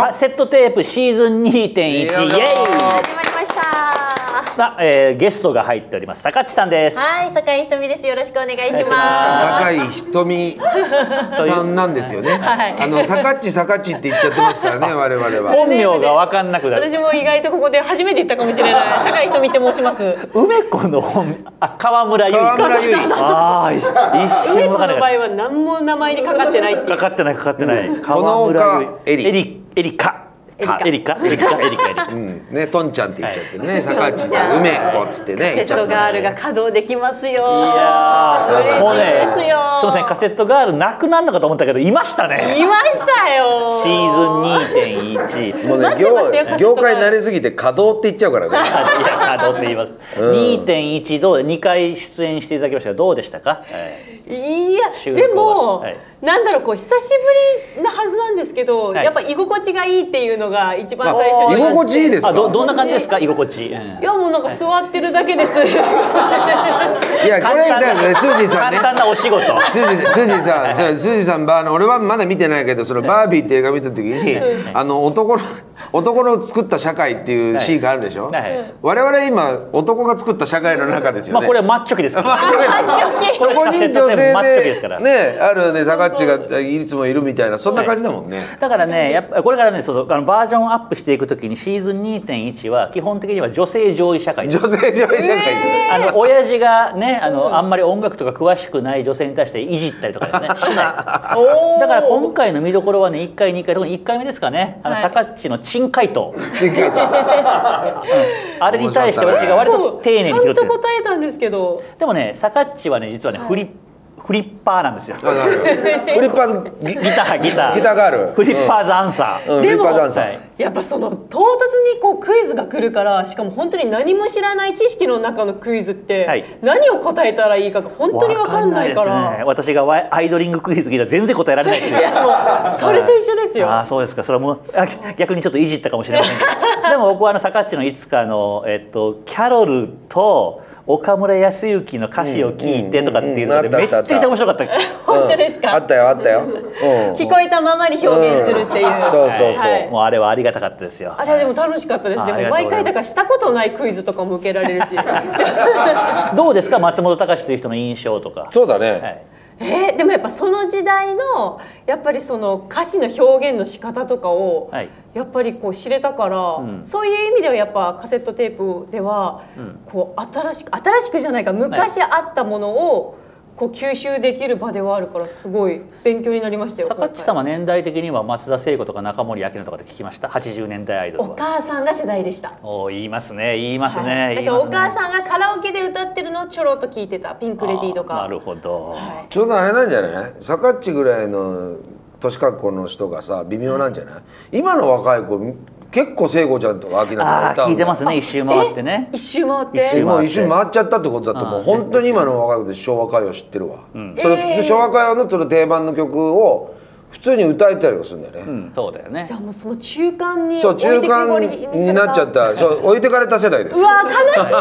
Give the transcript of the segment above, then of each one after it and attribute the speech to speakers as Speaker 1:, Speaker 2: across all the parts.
Speaker 1: あセットテープシーズン2.1イエイ
Speaker 2: よいしょ
Speaker 3: 始まりました。は
Speaker 1: あ、えーゲストが入っております坂地さんです
Speaker 3: い、坂井ひとみです。よろしくお願いし
Speaker 1: お願
Speaker 3: ま
Speaker 2: 酒井ひとみさんなんですよね。
Speaker 3: はい
Speaker 2: あのサカッチサカッチって言っちゃってますからね我々は。
Speaker 1: 本名が分かんなくな
Speaker 3: す。
Speaker 1: る
Speaker 3: 私も意外とここで初めて言ったかもしれ ない。坂井ひとみって申します。
Speaker 1: 梅子の本あ川村ゆい
Speaker 2: 川村ゆい
Speaker 1: ああ一
Speaker 3: 梅
Speaker 1: 瞬
Speaker 3: 子
Speaker 1: 分
Speaker 3: の
Speaker 1: かんな
Speaker 3: 場
Speaker 1: か
Speaker 3: 合
Speaker 1: っ
Speaker 3: は何も名前にかかってないって
Speaker 1: た
Speaker 3: い
Speaker 1: か
Speaker 3: う。
Speaker 1: かってないかかってない、川
Speaker 2: 殿
Speaker 1: 村ゆい
Speaker 2: 岡エリ
Speaker 1: エリエリカ
Speaker 3: エリカ
Speaker 1: あエリカエリ カエリカエリカ
Speaker 2: うんねトンちゃんって言っちゃってねサカッチと梅子っつってね
Speaker 3: セ
Speaker 2: 言っ
Speaker 3: ッ
Speaker 2: ちゃ
Speaker 3: ト
Speaker 2: っ
Speaker 3: ガー
Speaker 2: て。
Speaker 3: ルが稼働できますよ。
Speaker 1: いやーもうね
Speaker 3: 嬉しいですよ
Speaker 1: すいませんカセットガールなくなんのかと思ったけどいましたね
Speaker 3: いましたよ。
Speaker 1: シーズン2.1
Speaker 2: もうね
Speaker 3: 待ってましたよ
Speaker 2: 業業界慣れすぎて稼働って言っちゃうから
Speaker 1: い
Speaker 2: ね。
Speaker 1: や稼働って言います。2.1どう2回出演していただきましたがどうでしたか？はい
Speaker 3: いや
Speaker 1: 収録
Speaker 3: でも、
Speaker 1: はい
Speaker 3: なんだろうこう久しぶりなはずなんですけど、
Speaker 1: はい
Speaker 3: やっぱ居心地がいいっていうのが一番最初
Speaker 2: 居
Speaker 3: に
Speaker 2: 心地いいです
Speaker 1: あ
Speaker 2: か。
Speaker 1: どどんな感じですか？居心地。うん
Speaker 3: いやもうなんか座ってるだけです。
Speaker 2: いやこれだよねスージーさんね
Speaker 1: 簡。単なお仕事。
Speaker 2: スージースージーさんそうスージーさんばあの俺はまだ見てないけどそのバービーって映画見た時にあの男の男の作った社会っていうシーンがあるでしょ、
Speaker 1: はい
Speaker 2: 我々今男が作った社会の中ですよ
Speaker 1: まあ
Speaker 2: ね、
Speaker 1: これはマッチョキですから。
Speaker 2: そこに女性
Speaker 1: マッチョですから
Speaker 2: でねあるねサカッチがいつもいるみたいなそんな感じだもんね、
Speaker 1: だからね、やっぱこれからね、そうそうあのバージョンアップしていくときにシーズン2.1は基本的には女性上位社会です
Speaker 2: 女性上位社会ですね、
Speaker 1: あの親父がねあの、あんまり音楽とか詳しくない女性に対していじったりとか ですねしないだから今回の見どころはね1回2回特に1回目ですかねあの、
Speaker 3: はい
Speaker 1: サカッチの珍回答
Speaker 2: できる
Speaker 1: あれに対して私が割と丁寧に
Speaker 3: ち
Speaker 1: 拾
Speaker 3: ゃ
Speaker 1: っ
Speaker 3: ん
Speaker 1: て
Speaker 3: と
Speaker 1: る
Speaker 3: 答えたんですけど。
Speaker 1: でもねサカッチはね実はね、フリフリッパーなんですよギ
Speaker 2: あなるほどフリッパーズギギ
Speaker 1: ターギター
Speaker 2: ギターガー ル
Speaker 1: フリッパーズアンサー、
Speaker 2: うんフリ
Speaker 3: で
Speaker 2: ッ
Speaker 3: も
Speaker 2: パーダンサー、
Speaker 1: はい
Speaker 3: やっぱその唐突にこうクイズが来るからしかも本当に何も知らない知識の中のクイズって、
Speaker 1: はい
Speaker 3: 何を答えたらいいかが本当に分かんないか
Speaker 1: わんないですね
Speaker 3: ら
Speaker 1: 私がワイアイドリングクイズ聞いたら全然答えられないですよ
Speaker 3: もうそれと一緒ですよ
Speaker 1: ああそうですかそれはもうあ逆にちょっといじったかもしれません けどでも僕はあのサカッチのいつかの、えっと、キャロルと岡村康之の歌詞を聞いてとかっていうので
Speaker 2: うんうんうん
Speaker 1: めっ
Speaker 2: あ
Speaker 1: ち
Speaker 2: ったあ
Speaker 1: ゃ
Speaker 2: っ
Speaker 1: く
Speaker 2: た
Speaker 1: ちゃ面白かった
Speaker 3: 本当です
Speaker 2: あ
Speaker 3: か、
Speaker 2: ったよあったよ、うん、
Speaker 3: 聞こえたままに表現するっていう、
Speaker 2: うんそうそうそう
Speaker 3: はい
Speaker 1: もうあれはありがたかったですよ
Speaker 3: あれはでも楽しかったです
Speaker 1: あ
Speaker 3: ね
Speaker 1: あり
Speaker 3: もう
Speaker 1: がとう
Speaker 3: 毎
Speaker 1: ございます
Speaker 3: 回だからしたことないクイズとかも受けられるし
Speaker 1: どうですか松本隆という人の印象とか
Speaker 2: そうだね、
Speaker 1: はい
Speaker 3: えーでもやっぱその時代のやっぱりその歌詞の表現の仕方とかを、
Speaker 1: はい
Speaker 3: やっぱりこう知れたから、そういう意味ではやっぱカセットテープでは、こう新しく新しくじゃないか昔あったものを、こう吸収できる場ではあるからすごい勉強になりましたよ。
Speaker 1: サカッチさんは年代的には松田聖子とか中森明菜とかって聞きました80年代アイドル
Speaker 3: お
Speaker 1: は
Speaker 3: 母さんが世代でした。
Speaker 1: お言いますね言いますね、
Speaker 3: はいだ
Speaker 1: 言い
Speaker 3: か
Speaker 1: ま
Speaker 3: ら
Speaker 1: すね
Speaker 3: お母さんがカラオケで歌ってるのをちょろっと聞いてたピンクレディーと
Speaker 1: あーな
Speaker 3: か
Speaker 1: るほど、
Speaker 2: ちょうどあれなんじゃないサカッチぐらいの年格好の人がさ微妙なんじゃない今の若い子結構聖子ちゃんとか秋菜
Speaker 1: あ
Speaker 2: さん
Speaker 1: あ聞いてますすね一周回ってね
Speaker 3: 一周回っ
Speaker 1: 一周
Speaker 3: て
Speaker 2: 今一瞬回っちゃったってことだともう本当に今の若い子で昭和歌謡知ってるわ、それで昭和歌謡のその定番の曲を普通に歌えたりもするんだよね、
Speaker 1: うんそうだよね
Speaker 3: じゃあもうその中間に
Speaker 2: そう中間
Speaker 3: 置いてけぼり
Speaker 2: になっちゃったそう置いてかれた世代です
Speaker 3: うわ悲しい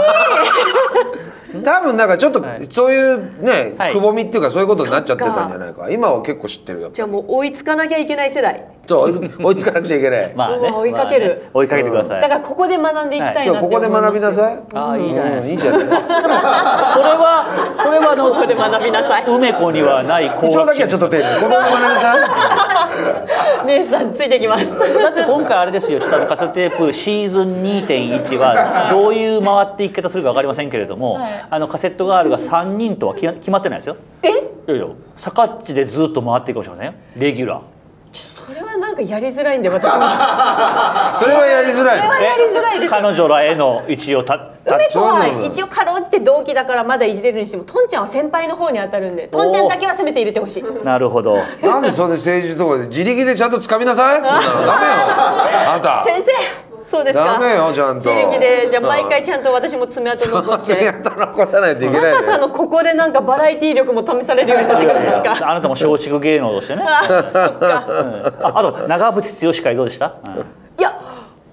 Speaker 2: 多分なんかちょっとそういうね、
Speaker 1: はい
Speaker 2: くぼみっていうかそういうことになっちゃってたんじゃないか今は結構知ってるよ
Speaker 3: じゃあもう追いつかなきゃいけない世代
Speaker 2: そう追いつかなくちゃいけない
Speaker 1: まあ
Speaker 3: う
Speaker 1: ね、
Speaker 3: わ追いかける
Speaker 1: まあね追いかけてください。
Speaker 3: だからここで学んでいきたい
Speaker 2: そう
Speaker 3: なって
Speaker 2: こ
Speaker 3: 思い
Speaker 2: こ
Speaker 3: ま
Speaker 2: で
Speaker 3: す
Speaker 2: 学びなさい。
Speaker 1: ああいいじゃないですか
Speaker 2: うんいいじ ゃない。
Speaker 1: それはそれはあの
Speaker 3: ここで学びなさい
Speaker 1: 梅子にはない
Speaker 2: 口
Speaker 1: こ
Speaker 2: 調だけはちょっと丁寧。ここで学びなさい。
Speaker 3: 姉さんついてきます
Speaker 1: だって今回あれですよ。ちょっとあのカセテープシーズン2.1はどういう回っていき方するかわかりませんけれども、あのカセットガールが3人とは決ま決まってないですよ。
Speaker 3: え
Speaker 1: いやいや、サカッチでずっと回っていくかもしれませんよ。レギュラー。
Speaker 3: ちょそれはなんかやりづらいんで私も
Speaker 2: それはやりづらいの。
Speaker 3: やりづらいです
Speaker 1: 彼女らへの一応たた
Speaker 3: 梅子
Speaker 2: そうな
Speaker 3: は
Speaker 2: の
Speaker 3: 一応かろうじて同期だからまだいじれるにしてもとんちゃんは先輩の方に当たるんでとんちゃんだけはせめて入れてほしい
Speaker 1: なるほど。
Speaker 2: なんでそんな政治とかで自力でちゃんと掴みなさい。そんなのダメよ。あんた。
Speaker 3: 先生そうですか
Speaker 2: ダメよちゃんと
Speaker 3: 自力でじゃあ毎回ちゃんと私も爪痕残し
Speaker 2: そう
Speaker 3: て
Speaker 2: やったら起こさないといけ
Speaker 3: ま
Speaker 2: ない
Speaker 3: さ
Speaker 2: の
Speaker 3: か
Speaker 2: よ。
Speaker 3: のここでなんかバラエティ力も試されるようになってくるんですか
Speaker 1: あなたも松竹芸能としてね。
Speaker 3: あそっか
Speaker 1: ああと長渕剛会どうでした？うん
Speaker 3: いや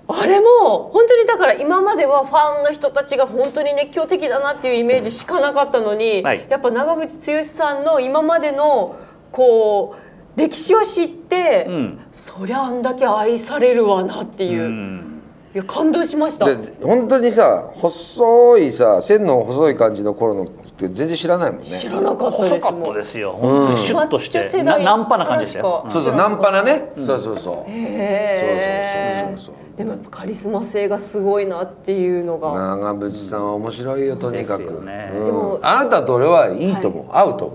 Speaker 3: あれも本当にだから今まではファンの人たちが本当に熱狂的だなっていうイメージしかなかったのに、
Speaker 1: はい
Speaker 3: やっぱ長渕剛さんの今までのこう歴史を知って、
Speaker 1: うん
Speaker 3: そりゃあんだけ愛されるわなっていう、
Speaker 1: うん
Speaker 3: いや感動しました
Speaker 2: で本当にさ細いさ線の細い感じの頃のって全然知らないもんね
Speaker 3: 知
Speaker 2: そ
Speaker 3: らなかった
Speaker 1: 細
Speaker 3: です
Speaker 1: か
Speaker 3: も
Speaker 1: った
Speaker 3: ん
Speaker 1: ですよ、本当にシュッとし
Speaker 3: マッチョ
Speaker 1: て
Speaker 3: 世
Speaker 1: な
Speaker 3: 代
Speaker 1: ナンパな感じでしたよ、
Speaker 3: からしか
Speaker 2: うそうナンパなね、そうそうそう
Speaker 3: へえ
Speaker 2: そうそうそうそう
Speaker 3: でもやっぱカリスマ性がすごいなっていうのが
Speaker 2: 長渕さんは面白いよとにかく、
Speaker 1: ですよね
Speaker 2: うん
Speaker 3: でも
Speaker 2: あなたと俺はいいと思う、合うと思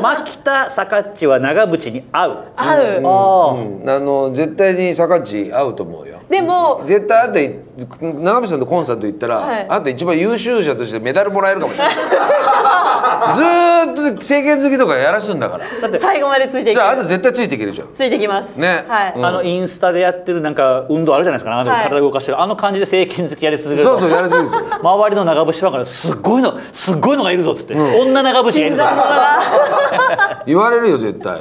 Speaker 1: 牧田坂っちは長渕に合う
Speaker 3: 合う、
Speaker 1: あ
Speaker 2: う、うん、あの絶対に坂内合うと思うよ
Speaker 3: でも
Speaker 2: 絶対あなたい長渕さんとコンサート行ったら、
Speaker 3: はい
Speaker 2: あなた一番優秀者としてメダルもらえるかもしれ ないずーっと政権好きとかやらすんだから
Speaker 3: 最後までついてい
Speaker 2: じ
Speaker 3: く
Speaker 2: ゃああなた絶対ついていけるじゃん
Speaker 3: ついてきます
Speaker 2: ね
Speaker 3: はい、
Speaker 2: うん
Speaker 1: あのインスタでやってるなんか運動あるじゃないですか、なんか
Speaker 3: はい
Speaker 1: 体動かしてるあの感じで政権好きやり続ける
Speaker 2: そ
Speaker 1: と
Speaker 2: うそうやらすいですよ
Speaker 1: 周りの長渕ファンからすっごいのすっごいのがいるぞっつって、女長渕がいるぞ
Speaker 2: 言われるよ絶対、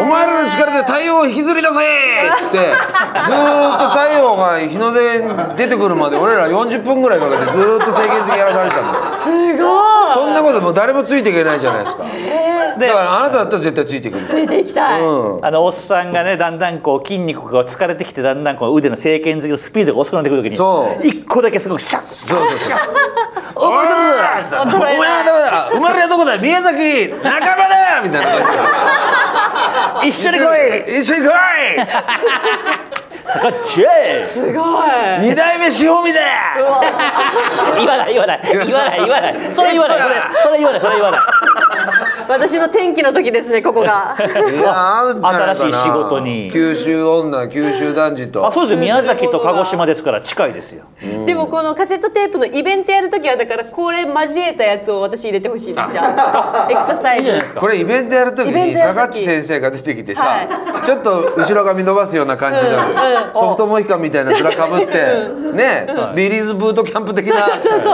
Speaker 2: お前らの力で太陽を引きずり出せってずーっと太陽が日の出に出てくるまで俺ら40分ぐらいかけてずーっと政権的やらされてたんだよ
Speaker 3: すごい
Speaker 2: そんなこともう誰もついていけないじゃないですかだ
Speaker 1: で
Speaker 2: からあなただったら絶対ついてくる
Speaker 3: ついていきたい、
Speaker 2: うん
Speaker 1: あのおっさんがねだんだんこう筋肉が疲れてきてだんだんこう腕の正拳突きのスピードが遅くなってくるときに
Speaker 2: そう
Speaker 1: 一個だけすごくシャッシャ
Speaker 2: そう
Speaker 1: ッ
Speaker 2: そうそう
Speaker 1: お前どこだ
Speaker 2: お
Speaker 3: 衰えない
Speaker 2: 前はどこだ生まれはどこだ宮崎仲間だみたいな感じ
Speaker 1: 一緒に来い
Speaker 2: 一緒に来
Speaker 1: 坂っちょい
Speaker 3: すごい
Speaker 2: い二代目しほみだ
Speaker 1: 言わない言わない言わない言わないそれ言わないそれそれ言わないそれ言わない
Speaker 3: 私の天気の時ですねここが
Speaker 2: いや合うんじゃないかな
Speaker 1: 新しい仕事に
Speaker 2: 九州女九州男児と
Speaker 1: あそうですよ宮崎と鹿児島ですから近いですよ
Speaker 3: でもこのカセットテープのイベントやる時はだからこれ交えたやつを私入れてほしいですじゃあエクササイズ
Speaker 2: これイベントやるとき
Speaker 3: イベン
Speaker 2: に
Speaker 3: トやる時
Speaker 2: 坂地先生が出てきてさ、
Speaker 3: は
Speaker 2: ちょっと後ろ髪伸ばすような感じになる、ソフトモヒカンみたいな面かぶって、ね、ビリーズブートキャンプ的な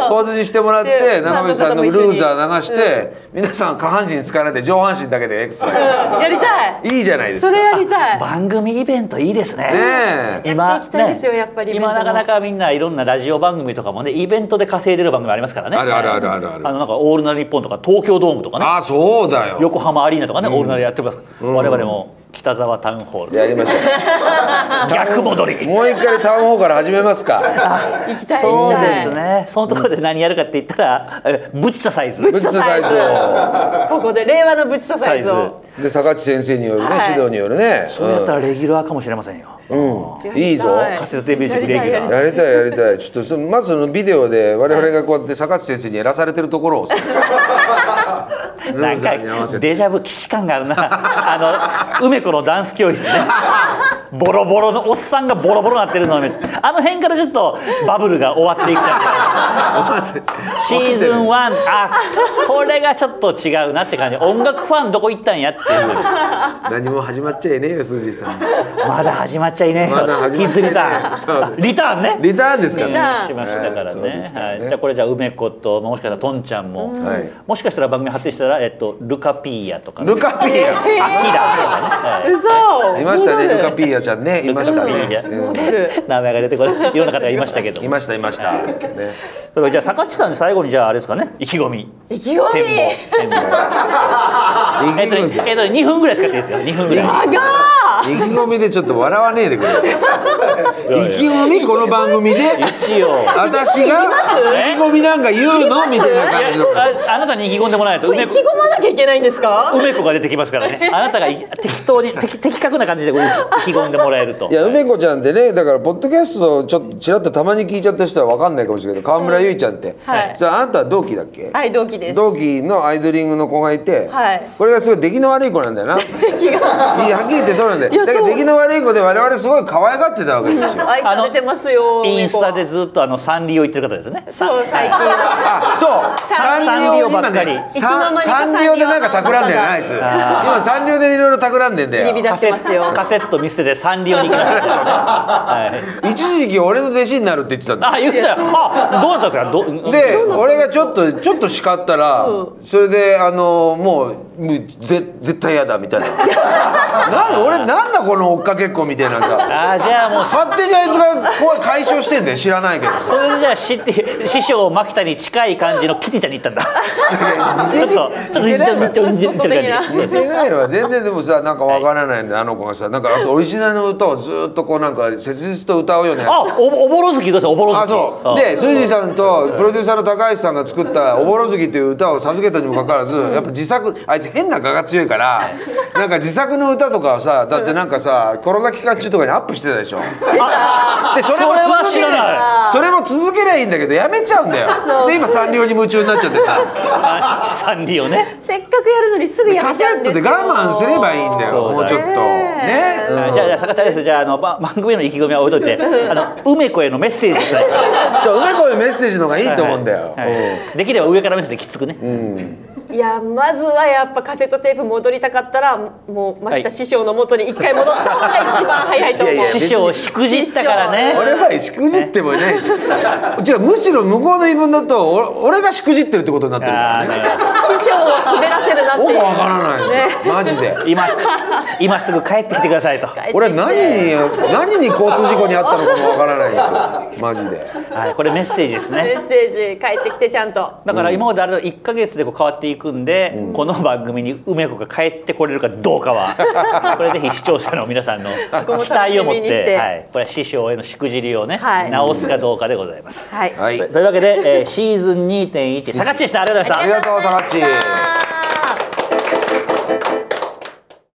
Speaker 2: 構図にしてもらっ
Speaker 3: で
Speaker 2: て長渕さんのルーザー流して、皆さん下半身疲れて上半身だけでエクササイ
Speaker 3: やりたい
Speaker 2: ズいいじゃないです
Speaker 3: そ
Speaker 2: か。
Speaker 3: れ
Speaker 2: ね
Speaker 3: やりたい
Speaker 1: 番組イベントいいですね
Speaker 2: え
Speaker 3: やっていきたいですよやっぱりイベント
Speaker 1: 今
Speaker 3: も
Speaker 1: なかなかみんないろんなラジオ番組とかもねイベントで稼いでる番組ありますからね
Speaker 2: あるあるあるあるある
Speaker 1: のなんか「オールナイトニッポン」とか東京ドームとかね
Speaker 2: あそうだよ。
Speaker 1: 横浜アリーナとかね、オールナイトやってます、我々も北沢タウンホール
Speaker 2: やりまし
Speaker 1: 逆戻
Speaker 2: た。
Speaker 1: り
Speaker 2: もう一回タウンホールから始めますか。
Speaker 3: 行きたい行
Speaker 1: そう
Speaker 3: き
Speaker 1: で
Speaker 3: たい
Speaker 1: すねそのところで何やるかって言ったら、えブチササイズ
Speaker 2: ブチササイズを。
Speaker 3: ここで令和のブチササイズを
Speaker 2: で坂地先生によるね、
Speaker 3: はい
Speaker 2: 指導によるね。
Speaker 1: そうやったらレギュラーかもしれませんよ、
Speaker 2: うんいいぞ。
Speaker 3: やりた
Speaker 1: カセットテープミュージックレギュラー
Speaker 3: やりたいやり
Speaker 2: やりた
Speaker 3: たい
Speaker 2: いやりたいちょっとそのまずそのビデオで我々がこうやって坂地先生にやらされてるところをさ
Speaker 1: なん
Speaker 2: ルーザーに合わせ
Speaker 1: か
Speaker 2: て
Speaker 1: デジャブ既視感があるな あの梅子のダンス教室ね ボロボロのおっさんがボロボロなってるのを見てあの辺からちょっとバブルが終わっていくから シーズン1あこれがちょっと違うなって感じ音楽ファンどこ行ったんやっていう
Speaker 2: 何も始まっちゃいねえよすじさん
Speaker 1: まだ始まっちゃいねえ
Speaker 2: まだ
Speaker 1: よ
Speaker 2: 始
Speaker 1: キ
Speaker 2: ま
Speaker 1: ッ
Speaker 2: っち
Speaker 1: ズ
Speaker 2: ゃいねえ
Speaker 1: リターンリターンね
Speaker 2: リターンですか
Speaker 1: うん
Speaker 2: らね
Speaker 1: しましたから
Speaker 2: はいそうで
Speaker 1: ね
Speaker 2: し。たね
Speaker 1: はい、じゃあこれじゃあ梅子とまあもしかしたらとんちゃんも、
Speaker 2: はい
Speaker 1: もしかしたら番組発展したらえっとルカピーヤとか、
Speaker 2: ルカピーヤ
Speaker 1: アキラとかね。はい
Speaker 3: 嘘
Speaker 2: いましたね
Speaker 3: 戻
Speaker 2: ル
Speaker 3: る
Speaker 2: カピーヤちゃんねいましたねうん
Speaker 3: 戻る
Speaker 1: 名前が出てこない。いろんな方がいましたけど
Speaker 2: い。ましたいましたね
Speaker 1: それじゃあ坂地さんに最後にじゃああれですかね。意気込み。
Speaker 3: 意気込み
Speaker 1: 展望展望えっと
Speaker 2: 意気込み
Speaker 1: えっと2分ぐらい使っていいですよ。2分ぐらい。
Speaker 3: あが
Speaker 2: 意気込みでちょっと笑わねえでくれよ
Speaker 1: やいや
Speaker 2: 意気込みこの番組で
Speaker 1: 一応。
Speaker 2: 私が意気込みなんか言うのみたいな感じの
Speaker 1: ああなたに意気込んでもらえないと
Speaker 3: ー
Speaker 1: 梅
Speaker 3: 意
Speaker 1: 子
Speaker 3: 気込まなきゃいけないんですか
Speaker 1: 梅子が出てきますからね。あなたがい適当に適的確な感じでこう意気込んでもらえると。
Speaker 2: いや梅子ちゃんってねだからポッドキャストをちょっとちらっとたまに聞いちゃった人は分かんないかもしれないけど川村ゆいちゃんって、
Speaker 3: はい
Speaker 2: それあなたは同期だっけ、
Speaker 3: はい同期です
Speaker 2: 同期のアイドリングの子がいて、
Speaker 3: はい
Speaker 2: これがすごい出来の悪い子なんだよな
Speaker 3: 気が
Speaker 2: いやはっきり言ってそうなんだよ
Speaker 3: いや
Speaker 2: だけど
Speaker 3: そう
Speaker 2: 出来の悪い子で我々すごい可愛がってたわけですよ
Speaker 3: 愛されてますよ
Speaker 1: インスタ
Speaker 3: 猫
Speaker 1: で
Speaker 3: は
Speaker 1: ずっとあのサンリオ行ってる方ですよね。
Speaker 3: そう最近は
Speaker 2: あそう
Speaker 1: サンリオばっかり
Speaker 2: 今ね
Speaker 3: いつの間にか
Speaker 2: サンリオでなんか企んでるねあいつ今サンリオでいろいろ企んでんだよ
Speaker 3: 入り浸
Speaker 1: カセ
Speaker 3: 出してますよ
Speaker 1: カセット見捨ててサンリオに行きました。はい。
Speaker 2: 一時期俺の弟子になるって言ってたんだよ
Speaker 1: あ、言ったよ。あ、どうだったんですか。ど、
Speaker 2: で俺がちょっとちょっと叱ったら、それであのもうもうぜ絶対嫌だみた いななん俺なんだこの追っかけっこみたいなさ
Speaker 1: あーじゃあもう
Speaker 2: 勝手にあいつがここは解消してんだよ知らないけどさ
Speaker 1: それじゃあ知って師匠牧田に近い感じのキティちゃんに行ったんだちょっとちょっと似てる似てる似てる似てる感じ
Speaker 2: 似てないのは全然でもさなんかわからないんだよあの子がさなんかあとオリジナルの歌をずーっとこうなんか切実と歌うよね
Speaker 1: あおぼおぼろ月どうしたおぼろ月
Speaker 2: あそうでスージーさんとプロデューサーの高橋さんが作った「おぼろ月」という歌を授けたにもかかわらずやっぱ自作あいつ変な画が強いからなんか自作の歌とかはさだってなんかさコロナ期間中とかにアップしてたでしょでそれ
Speaker 1: それは知らない
Speaker 2: それも続けりゃいいんだけどやめちゃうんだ よで今サンリオに夢中になっちゃってさ
Speaker 1: あサンリオね
Speaker 3: せっかくやるのにすぐや
Speaker 2: カ
Speaker 3: めち
Speaker 2: セ
Speaker 3: ゃうん
Speaker 2: ッ
Speaker 3: で
Speaker 2: ト
Speaker 3: す
Speaker 2: で
Speaker 3: よ
Speaker 2: 我慢すればいいんだよ
Speaker 1: そうだね
Speaker 2: もうちょっとね
Speaker 1: じゃあじゃあ坂ちゃんですじゃああのば番組への意気込みは置いといてあの梅子へのメッセージください
Speaker 2: そう梅子のメッセージの方がいいと思うんだよ
Speaker 1: はいできれば上から目線できつくね、
Speaker 3: いやまずはやっぱカセットテープ戻りたかったらもう牧田師匠の元に一回戻った方が一番早いと思う
Speaker 2: いやいや
Speaker 1: 師匠をしくじったからね
Speaker 2: 俺はしくじってもいないしじゃあむしろ向こうの言い分だとお俺がしくじってるってことになってるから
Speaker 1: あ
Speaker 2: ね
Speaker 3: 師匠を滑らせるなって
Speaker 2: 僕
Speaker 3: いう
Speaker 2: はわからない
Speaker 3: ね
Speaker 2: マジで
Speaker 1: ー今す今すぐ帰ってきてくださいと、は
Speaker 2: 俺何に何に交通事故にあったのかもわからないんですよマジで
Speaker 1: い、これメッセージですね
Speaker 3: メッセージ返ってきてちゃんと
Speaker 1: だから今まであれだ1か月でこう変わっていくんで、この番組に梅子が帰ってこれるかどうか はこれぜひ視聴者の皆さんの
Speaker 3: こも
Speaker 1: 期待を持っ、
Speaker 3: 楽しみにしてて
Speaker 1: はい、これは師匠へのしくじりをね、
Speaker 3: はい
Speaker 1: 直すかどうかでございます。
Speaker 3: はい
Speaker 2: はい
Speaker 1: というわけで、えーシーズン2.1「さかち」でしたありがとうございました
Speaker 2: あ。りがとうさかっち
Speaker 3: ありがとうございました